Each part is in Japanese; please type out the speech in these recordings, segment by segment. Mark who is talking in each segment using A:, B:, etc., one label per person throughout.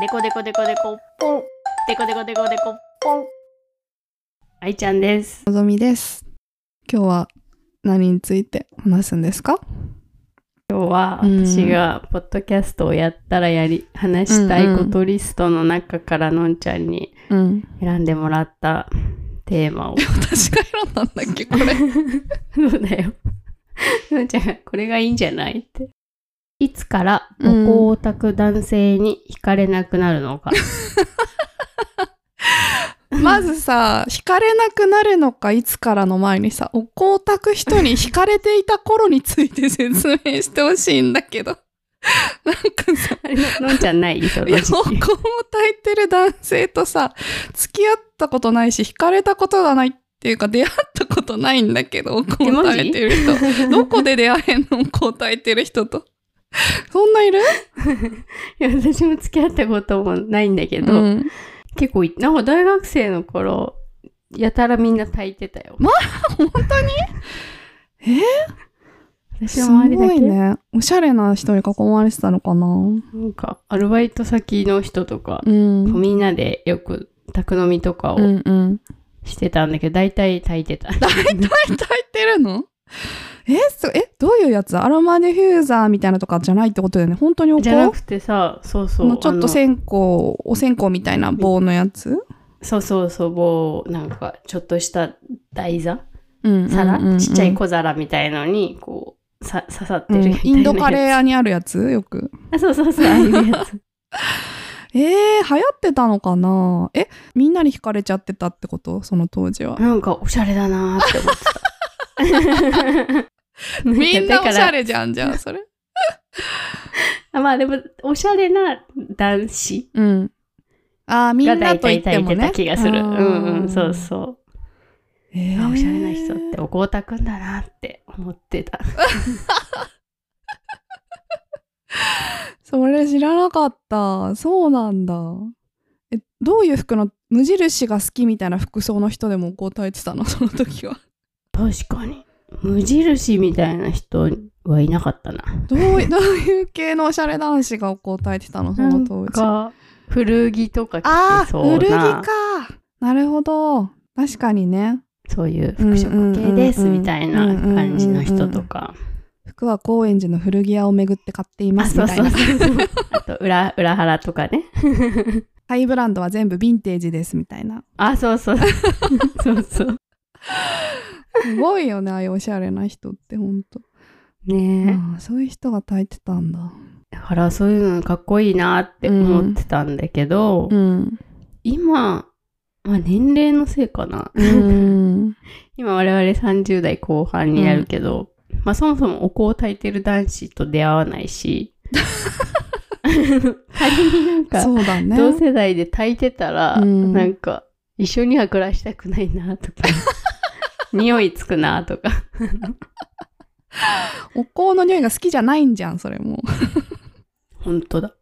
A: デコデコデコデコポンデコデコデコデコポン愛ちゃんです
B: のぞみです今日は何について話すんですか
A: 今日は
B: うん
A: 私がポッドキャストをやったらやり話したいことリストの中からのんちゃんに
B: うん
A: 選んでもらったテー マを
B: 私が選んだんだっけこれ
A: そうだよのんちゃんがこれがいいんじゃないっていつから歩行オタク男性に惹かれなくなるのか、
B: まずさ惹かれなくなるのかいつからの前にさお光沢人に惹かれていた頃について説明してほしいんだけどなんかさ
A: あれののんちゃんないその
B: いや
A: 時期
B: お香を焚いてる男性とさ付き合ったことないし惹かれたことがないっていうか出会ったことないんだけどお香を焚いてる人どこで出会えんのお香を焚いてる人とそんないる
A: いや私も付き合ったこともないんだけど、
B: うん
A: 結構いなんか大学生の頃やたらみんな炊いてたよ
B: ま えー
A: 私の
B: す
A: 周りだ
B: ご
A: け、
B: いねおしゃれな人に囲まれてたのかな
A: なんかアルバイト先の人とか、
B: うんうん
A: みんなでよく宅飲みとかを
B: うん
A: してたんだけど、大体炊いてた
B: 焚いてるのえそえどういうやつアロマディフューザーみたいなとかじゃないってことだよね本当にお
A: じゃな
B: 香
A: くてさそうそう
B: のちょっと
A: あ
B: 線香お線香みたいな棒のやつ
A: のそうそうそう棒なんかちょっとした台座皿、
B: 皿
A: ちっちゃい小皿みたいのにこうさ刺さってるみたいなやつ、
B: インドカレー屋にあるやつよく
A: あそうそうそうああいうやつ
B: えー、流行ってたのかなえみんなに惹かれちゃってたってことその当時は
A: なんかおしゃれだなーって思ってた
B: みんなおしゃ
A: れ
B: れじゃんじゃあそれ
A: まあでもおしゃれな男子
B: うんあーみ
A: が
B: んな
A: 大
B: と言
A: 体
B: っ
A: 炊い
B: ても
A: て
B: ね
A: た気がする。
B: あ
A: う
B: ー
A: んうん、そうそう。
B: えー
A: あおしゃれな人っておこうたくんだなって思ってた。
B: それ知らなかったそうなんだえどういう服の無印が好きみたいな服装の人でもこう耐えてたのその時は
A: 確かに。無印みたいな人はいなかったな。
B: どういどういう系のおしゃれ男子がこう耐えてたのその当時
A: が古着とか着
B: あ
A: て
B: あ
A: そう
B: 古着
A: な
B: か。なるほど確かにね
A: そういう服飾系ですみたいな感じの人とか。
B: 服は高円寺の古着屋を巡って買っていま
A: あ、
B: す
A: そ
B: み
A: う
B: たい
A: そ
B: な
A: うそう。あと裏、裏腹とかね。
B: ハイブランドは全部ヴィンテージですみたいな
A: あ、そうそう。 そうそう。
B: すごいよねああいうおしゃれな人ってほんと
A: ね
B: ああそういう人が耐えてたんだ
A: え。だからそういうのかっこいいなって思ってたんだけど、
B: ん
A: 今、まあ、年齢のせいかな。
B: うん
A: 今我々30代後半になるけど、まあそもそもお香を焚いてる男子と出会わない し、仮になんか、
B: そうだね
A: 同世代で焚いてたら、
B: うん
A: なんか、一緒には暮らしたくないなとか、 匂いつくなとか。
B: お香の匂いが好きじゃないんじゃんそれも
A: 本当 だ。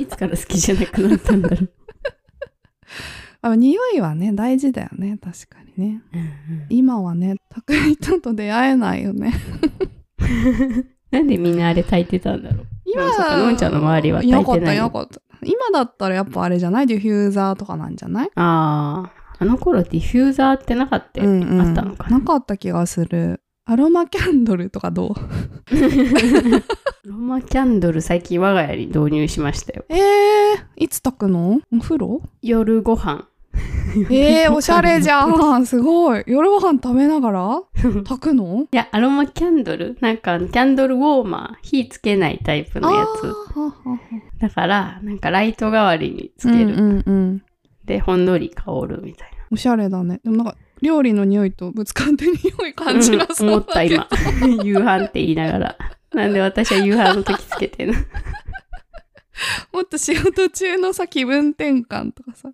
A: いつから好きじゃなくなったんだろう。
B: あ匂いはね大事だよね確かにね今はね匠人と出会えないよね
A: なんでみんなあれ焚いてたんだろう。
B: 今
A: まあそっかのんちゃんの周りは焚いてない
B: なかったいなかった今だったらやっぱあれじゃないディフューザーとかなんじゃない
A: ああ、あの頃ディフューザーってなかったよね。
B: うんうん
A: あったのかな。
B: かった気がするアロマキャンドルとかどう
A: ロマキャンドル最近我が家に導入しましたよ。
B: えー、いつ炊くのお風 呂
A: 夜ご飯。
B: えー、おしゃれじゃんすごい夜ご飯食べなが ら炊くの
A: いや、アロマキャンドルなんかあのキャンドルウォーマー、火つけないタイプのやつ。
B: あーははは
A: だから、なんかライト代わりにつける。
B: うんうんうん
A: で、ほんのり香るみたい
B: おしゃれだねでもなんか料理の匂いとぶつかって匂い
A: な。
B: 感じな
A: うん
B: そう
A: 思
B: だ
A: った
B: けど、
A: 今。 夕飯って言いながら。なんで私は夕飯の時つけ てるの。
B: もっと仕事中のさ気分転換とかさ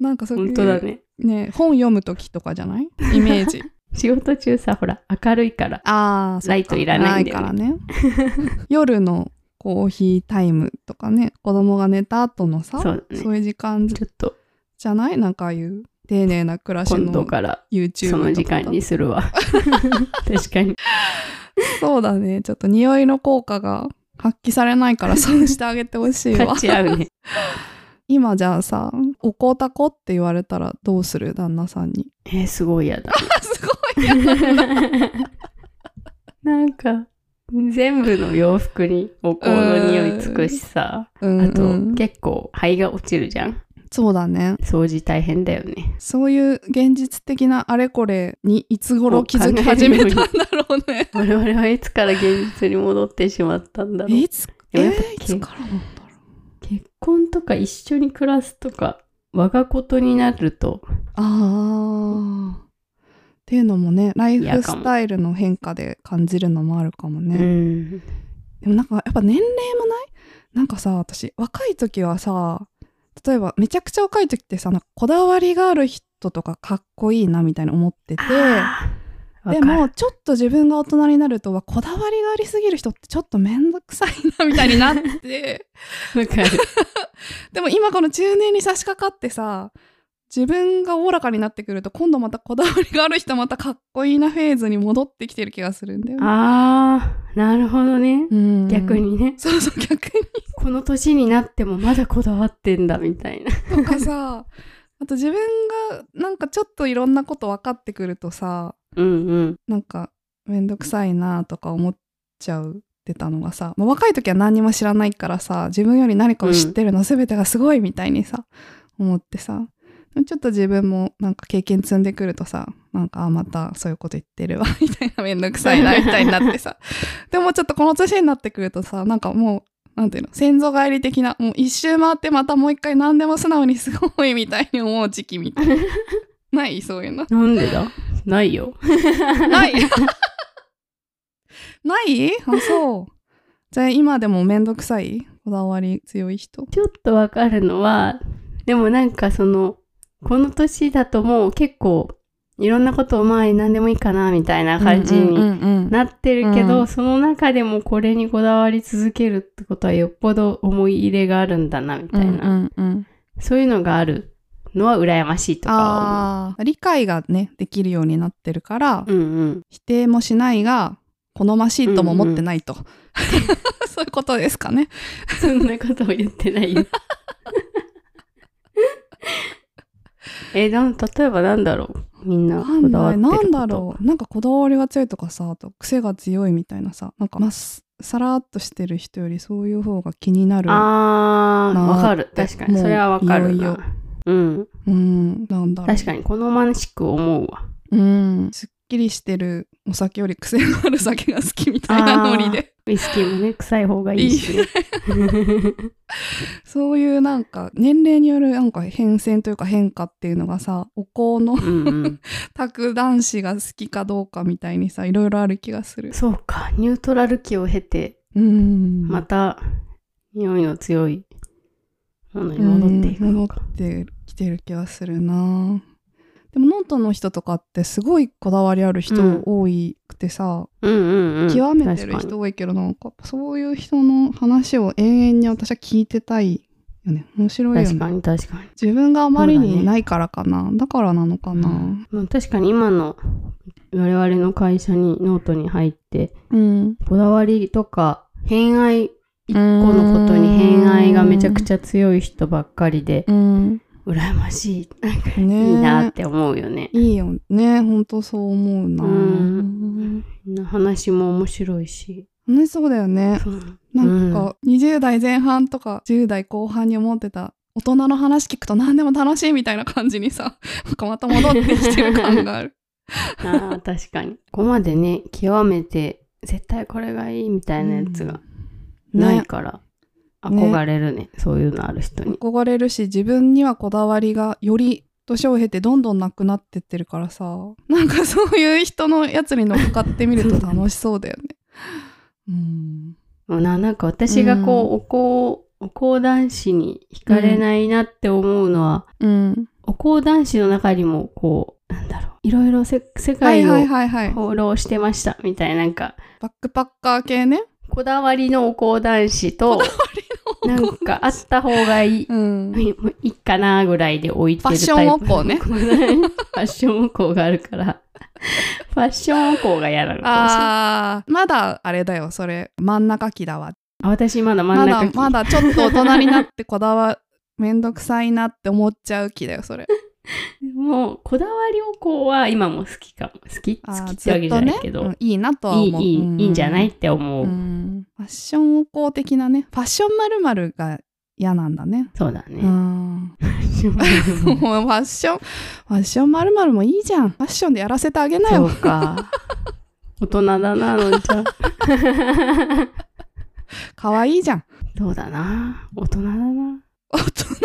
B: なんかそういう
A: 本当だね。
B: ね本読む時とかじゃないイメ ージ
A: 仕事中さ、ほら、明るいから。
B: ああ
A: ライトいらないんだよ
B: からね 夜のコーヒータイムとかね子供が寝た後のさ
A: そ
B: そう
A: だね。
B: ういう時間じ
A: ちょっと
B: ゃないなんかああいう丁寧な暮らし
A: 今度
B: の
A: から。
B: YouTube
A: その
B: と
A: 時
B: か
A: 間にするわ。確かに。
B: そうだねちょっと 匂いの効果が発揮されないから損してあげてほしいわ
A: 勝ち合うね。
B: 今じゃあさおこうたこって言われたらどうする旦那さんに
A: えーすごい嫌だ。
B: すごいや
A: なんか、全部の洋服にお香の匂いつくしさ。
B: うん
A: あ
B: う
A: と、
B: ん
A: 結構灰が落ちるじゃん。
B: そうだね
A: 掃除大変だよね。
B: そういう現実的なあれこれにいつ頃気づき始めたんだろうね
A: 我々はいつから現実に戻ってしまったんだろう。
B: いつ
A: で
B: え
A: もやっぱ
B: ーいつからなんだろう
A: 結婚とか一緒に暮らすとか、我がことになると、
B: ああっていうのもねライ
A: いや
B: フ
A: かも
B: スタイルの変化で感じるのもあるかもね、
A: うん。
B: でもなんかやっぱ年齢もないなんかさ私若い時はさ例えばめちゃくちゃ若い時ってさなんかこだわりがある人とかかっこいいなみたいに思ってて
A: あー
B: で、
A: わか
B: も
A: る
B: ちょっと自分が大人になるとはこだわりがありすぎる人ってちょっと面倒くさいなみたいになって
A: わかる。
B: でも今この中年に差し掛かってさ自分がおおらかになってくると今度またこだわりがある人またかっこいいなフェーズに戻ってきてる気がするんだよね。
A: ああ、なるほどね。
B: うん
A: 逆にね、
B: そうそう逆 に
A: この年になってもまだこだわってんだみたいな。
B: とかさあと自分がなんかちょっといろんなこと分かってくるとさ
A: うんうん。
B: なんかめんどくさいなとか思っちゃうってたのがさ、まあ若い時は何にも知らないからさ自分より何かを知ってるの全てがすごいみたいにさ、思ってさちょっと自分もなんか経験積んでくるとさなんかあまたそういうこと言ってるわ みたいなめんどくさいなみたいになってさでもちょっとこの年になってくるとさなんかもうなんていうの先祖返り的なもう一周回ってまたもう一回何でも素直にすごいみたいに思う時期みたいなないそういうの
A: なんでだないよ。
B: ない。 ないあ、そう。じゃあ今でもめんどくさいこだわり強い人。
A: ちょっとわかるのは、でもなんかその、この年だともう結構、いろんなことをまあ何でもいいかなみたいな感じ
B: うんう
A: に
B: んうん
A: なってるけど、
B: うん
A: その中でもこれにこだわり続けるってことはよっぽど思い入れがあるんだなみ
B: う
A: た
B: ん
A: いな、
B: うんうん
A: そういうのがあるのは羨ましいとか
B: あー理解がねできるようになってるから、
A: 思う。うんうん。
B: 否定もしないが好ましいとも思ってないと、 そういうことですかね
A: そんなことを言ってないよ。 えなん、例えばなんだろうみんな
B: わ
A: こ
B: かん
A: だわっ
B: な
A: て
B: い
A: ること。
B: なんだろうなんかこだわりが強いとかさあと癖が強いみたいなさなんかまっさらっとしてる人よりそういう方が気になる
A: あ
B: な
A: ー、
B: ー
A: わかる
B: っ。て
A: 確かに。
B: もう
A: それはわかる
B: いよい
A: な。
B: よ
A: うん。
B: うんなんだろう
A: 確かに、好ましく思うわ。
B: うん、すっきりしてるお酒より癖のある酒が好きみたいなノリで
A: ウイスキーもね、臭い方がいいしね。
B: そういうなんか年齢によるなんか変遷というか変化っていうのがさお香 の
A: うんうん。
B: 卓男子が好きかどうかみたいにさいろいろある気がする。
A: そうか。ニュートラル期を経て、
B: うん
A: また、匂いの強いものに戻っていく
B: うん
A: の
B: 戻
A: か。
B: ってきてる気がするなでもノートの人とかってすごいこだわりある人多くてさ、
A: うんうんうん。
B: 極めて
A: 確
B: る
A: か
B: 人多いけどなんかそういう人の話を永遠に私は聞いてたいよね面白いよ
A: に。確
B: ね
A: かに、確かに。
B: 自分があまり
A: そうだ
B: に
A: ね
B: ないからかなだ,、からなのかな
A: まあ確かに今の我々の会社にノートに入って
B: うん
A: こだわりとか偏愛一個のことに偏愛がめちゃくちゃ強い人ばっかりで
B: うん
A: 羨ましいなんかいい
B: ね
A: なって思うよね。
B: いいよねほんとそう思うな
A: うんみんな話も面白いし。
B: 楽しそうだよね
A: そう
B: なんか20代前半とか10代後半に思ってた大人の話聞くと何でも楽しいみたいな感じにさ なんかまた戻ってきてる感がある
A: あー確かに。ここまでね極めて絶対これがいいみたいなやつがないから、
B: ね
A: 憧れるねそういうのある人に。
B: 憧れるし自分にはこだわりがより年を経てどんどんなくなってってるからさ なんかそういう人のやつに乗っかってみ ると楽しそうだよね。うん、
A: もうななんか私がこう、お香お香男子に惹かれないなって思うのは、
B: うん、
A: お香男子の中にもこうなんだろういろいろせ世
B: はい
A: 界
B: はい
A: を
B: はいはい。
A: 放浪してましたみたいななんか
B: バックパッカー系ね。
A: こだわりのお香男子となんかあった方がいい。
B: うん、
A: いいいかなぐらいで置いてるタイプ
B: ファッションお香ね
A: ファッションお香があるから。ファッションお香が嫌なのかもしれない
B: あーまだあれだよそれ真ん中期だわ
A: あ私まだ真
B: ま
A: ん
B: だ
A: 中
B: まだちょっと大人になってこだわめんどくさいなって思っちゃう気だよそれ
A: もうこだわり旅行は今も好きかも好き
B: あー
A: 好きってわけじゃないけ
B: う
A: ど、
B: んいいなとはい
A: い
B: 思う
A: いい
B: うん
A: いいんじゃないって思う、
B: うんファッションをこう的なねファッションまるまるが嫌なんだね
A: そうだ
B: う
A: ね、
B: ん もうファッションファッションまるまるもいいじゃんファッションでやらせてあげな
A: そ
B: よ
A: うか大人だなのんちゃん
B: かわいいじゃん
A: そうだな大人だな
B: 大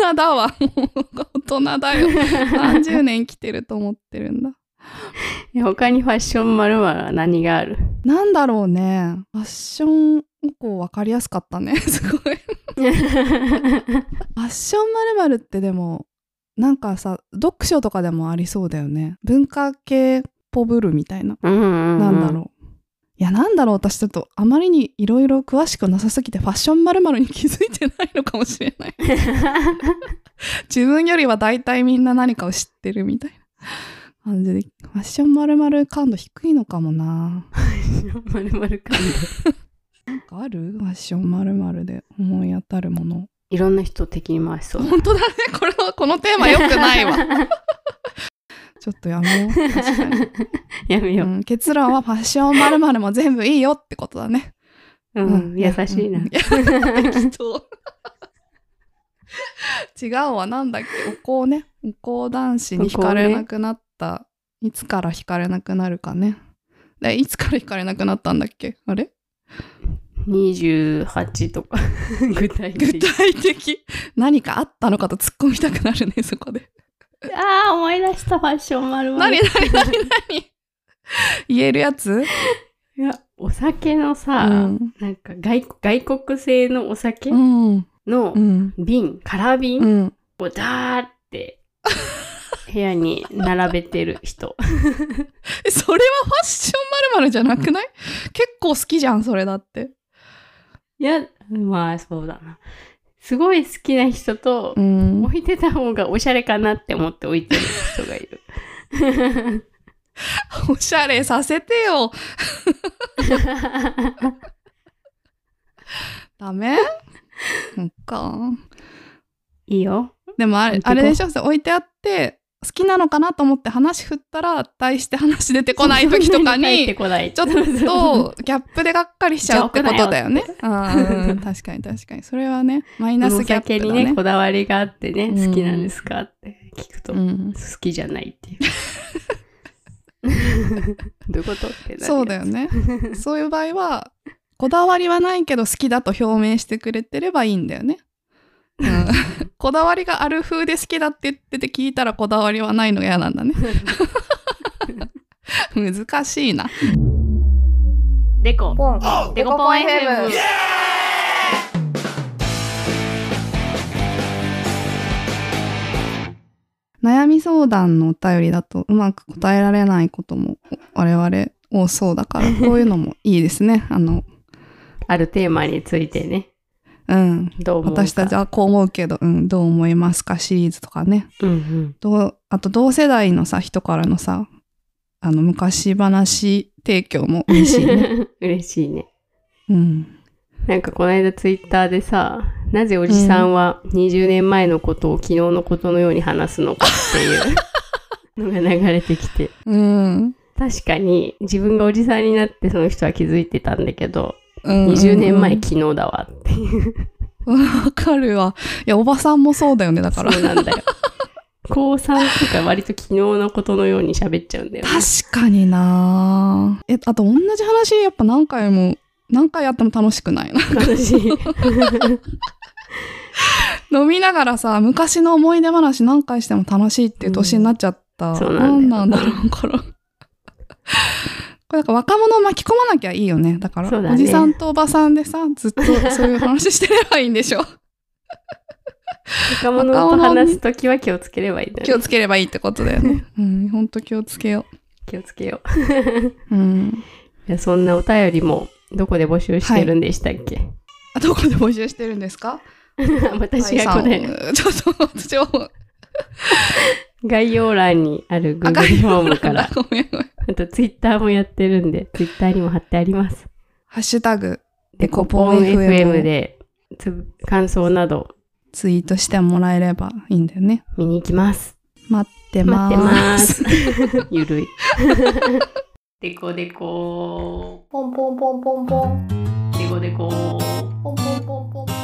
B: 人だわもう大人だ よ何十年生きてると思ってるんだ
A: え他にファッションまるまるは何があ る
B: なんだろうねファッションこう分かりやすかったね すごいファッションまるまるってでもなんかさ読書とかでもありそうだよね文化系ポブルみたいな、
A: うんうん、
B: なんだろういやなんだろう私ちょっとあまりにいろいろ詳しくなさすぎてファッションまるまるに気づいてないのかもしれ ない自分よりは大体みんな何かを知ってるみたいな感じでファッションまるまる感度低いのかもな
A: うまるまる感で
B: なんかあるファッションまるまるで思い当たるもの
A: いろんな人を敵に回しそう
B: 本当だねこれはこのテーマ良くな いわちょっとやめよう確かに、
A: やめ
B: う
A: よう、
B: ん、結論はファッションまるまるも全部いいよってことだね
A: うん
B: うん
A: 優しいな、
B: うん適当違うわなんだっけお香ねお香男子に惹かれなくなった、いつから惹かれなくなるかねでいつから惹かれなくなったんだっけあれ
A: 28とか具体
B: 具
A: 的
B: 体的何かあったのかと突っ込みたくなるねそこで
A: ああ思い出したファッションまるま
B: 何
A: る
B: 何何何言えるやつ
A: いやお酒のさ、
B: うん
A: なんか外国外国製のお酒
B: うん
A: の
B: うん
A: 瓶、空
B: う
A: 瓶
B: ん
A: をダーって部屋に並べてる人。
B: えそれはファッションまるまるじゃなくない結構好きじゃんそれだって
A: いや、まあそうだな。すごい好きな人と、
B: うん
A: 置いてた方がおしゃれかなって思って置いてる人がいる。
B: おしゃれさせてよダメそっか
A: いいよ。
B: でもあ
A: 置
B: れ
A: いてこ
B: あれでしょそう置いてあって好きなのかなと思って話振ったら対して話出てこない時とか
A: 帰 って
B: に
A: こない
B: ちょっとギャップでがっかりしちゃうってことだよね。うんうん確かに確かにそれはねマイナ ス
A: お
B: ギャッ
A: 酒
B: プ
A: に
B: だ
A: ね
B: ね。
A: こだわりがあってね、
B: うん
A: 好きなんですかって聞くと、
B: う
A: 好
B: ん
A: きじゃないっていう。 どういうことってなるやつ
B: そうだよ。ね。 そういう場合は、こだわりはないけど好きだと表明してくれてればいいんだ よね。うんこだわりがある風で好きだって言ってて聞いたらこだわりはないのが嫌なんだね。 難しいな。
A: デコ。
C: ポン
A: デコポン FM。
B: 悩み相談のお便りだとうまく答えられないことも我々多そうだから、こういうのもいいですね。あの、
A: あるテーマについてね、
B: うん。
A: どう思うか
B: 私たちはこう思うけど、うん、どう思いますかシリーズとかね。
A: うんうん。
B: どうあと同世代のさ人からのさあの昔話提供も嬉し いね。
A: 嬉しいね。
B: うん、
A: なんかこの間ツイッターでさ、なぜおじさんは20年前のことを昨日のことのように話すのか っていうのが流れてきて、
B: うん
A: 確かに自分がおじさんになってその人は気づいてたんだけど、
B: うん、
A: 20年前
B: うん
A: 昨日だわっていう。
B: わかるわいやおばさんもそうだよねだから
A: そうなんだよ。高3とか割と昨日のことのように喋っちゃうんだよね。
B: 確かになえあと同じ話やっぱ何回も何回やっても楽しくないな
A: 楽し い。
B: 飲みながらさ昔の思い出話何回しても楽しいっていう年になっちゃった、
A: そうなんだよ
B: なんだろうこれ これだから若者を巻き込まなきゃいいよねだから
A: そうだね
B: おじさんとおばさんでさずっとそういう話してればいいんで しょ
A: 若者と話すときは気をつければいいんだ
B: 気
A: ね。
B: をつければいいってことだよ ねうんほんと気をつけよ
A: 気をつけよう。
B: ううん
A: いやそんなお便りもどこで募集してるんでしたっけ、
B: あどこで募集してるんですか
A: 私がこれ
B: はいさんちょっと私は
A: 概要欄にある Google
B: 赤い
A: フォームから、
B: ごめんごめん
A: あと Twitter もやってるんで、Twitter にも貼ってあります。
B: ハッシュタグ
A: で、コポン FM でつぶ感想など
B: ツイートしてもらえればいいんだよね。
A: 見に行きます。
B: 待ってま
A: 待って
B: ー。
A: ますす。 ゆるい。でこでこ。ポンポンポンポンポン。でこでこ。
C: Bom, bom, bom, bom, bom.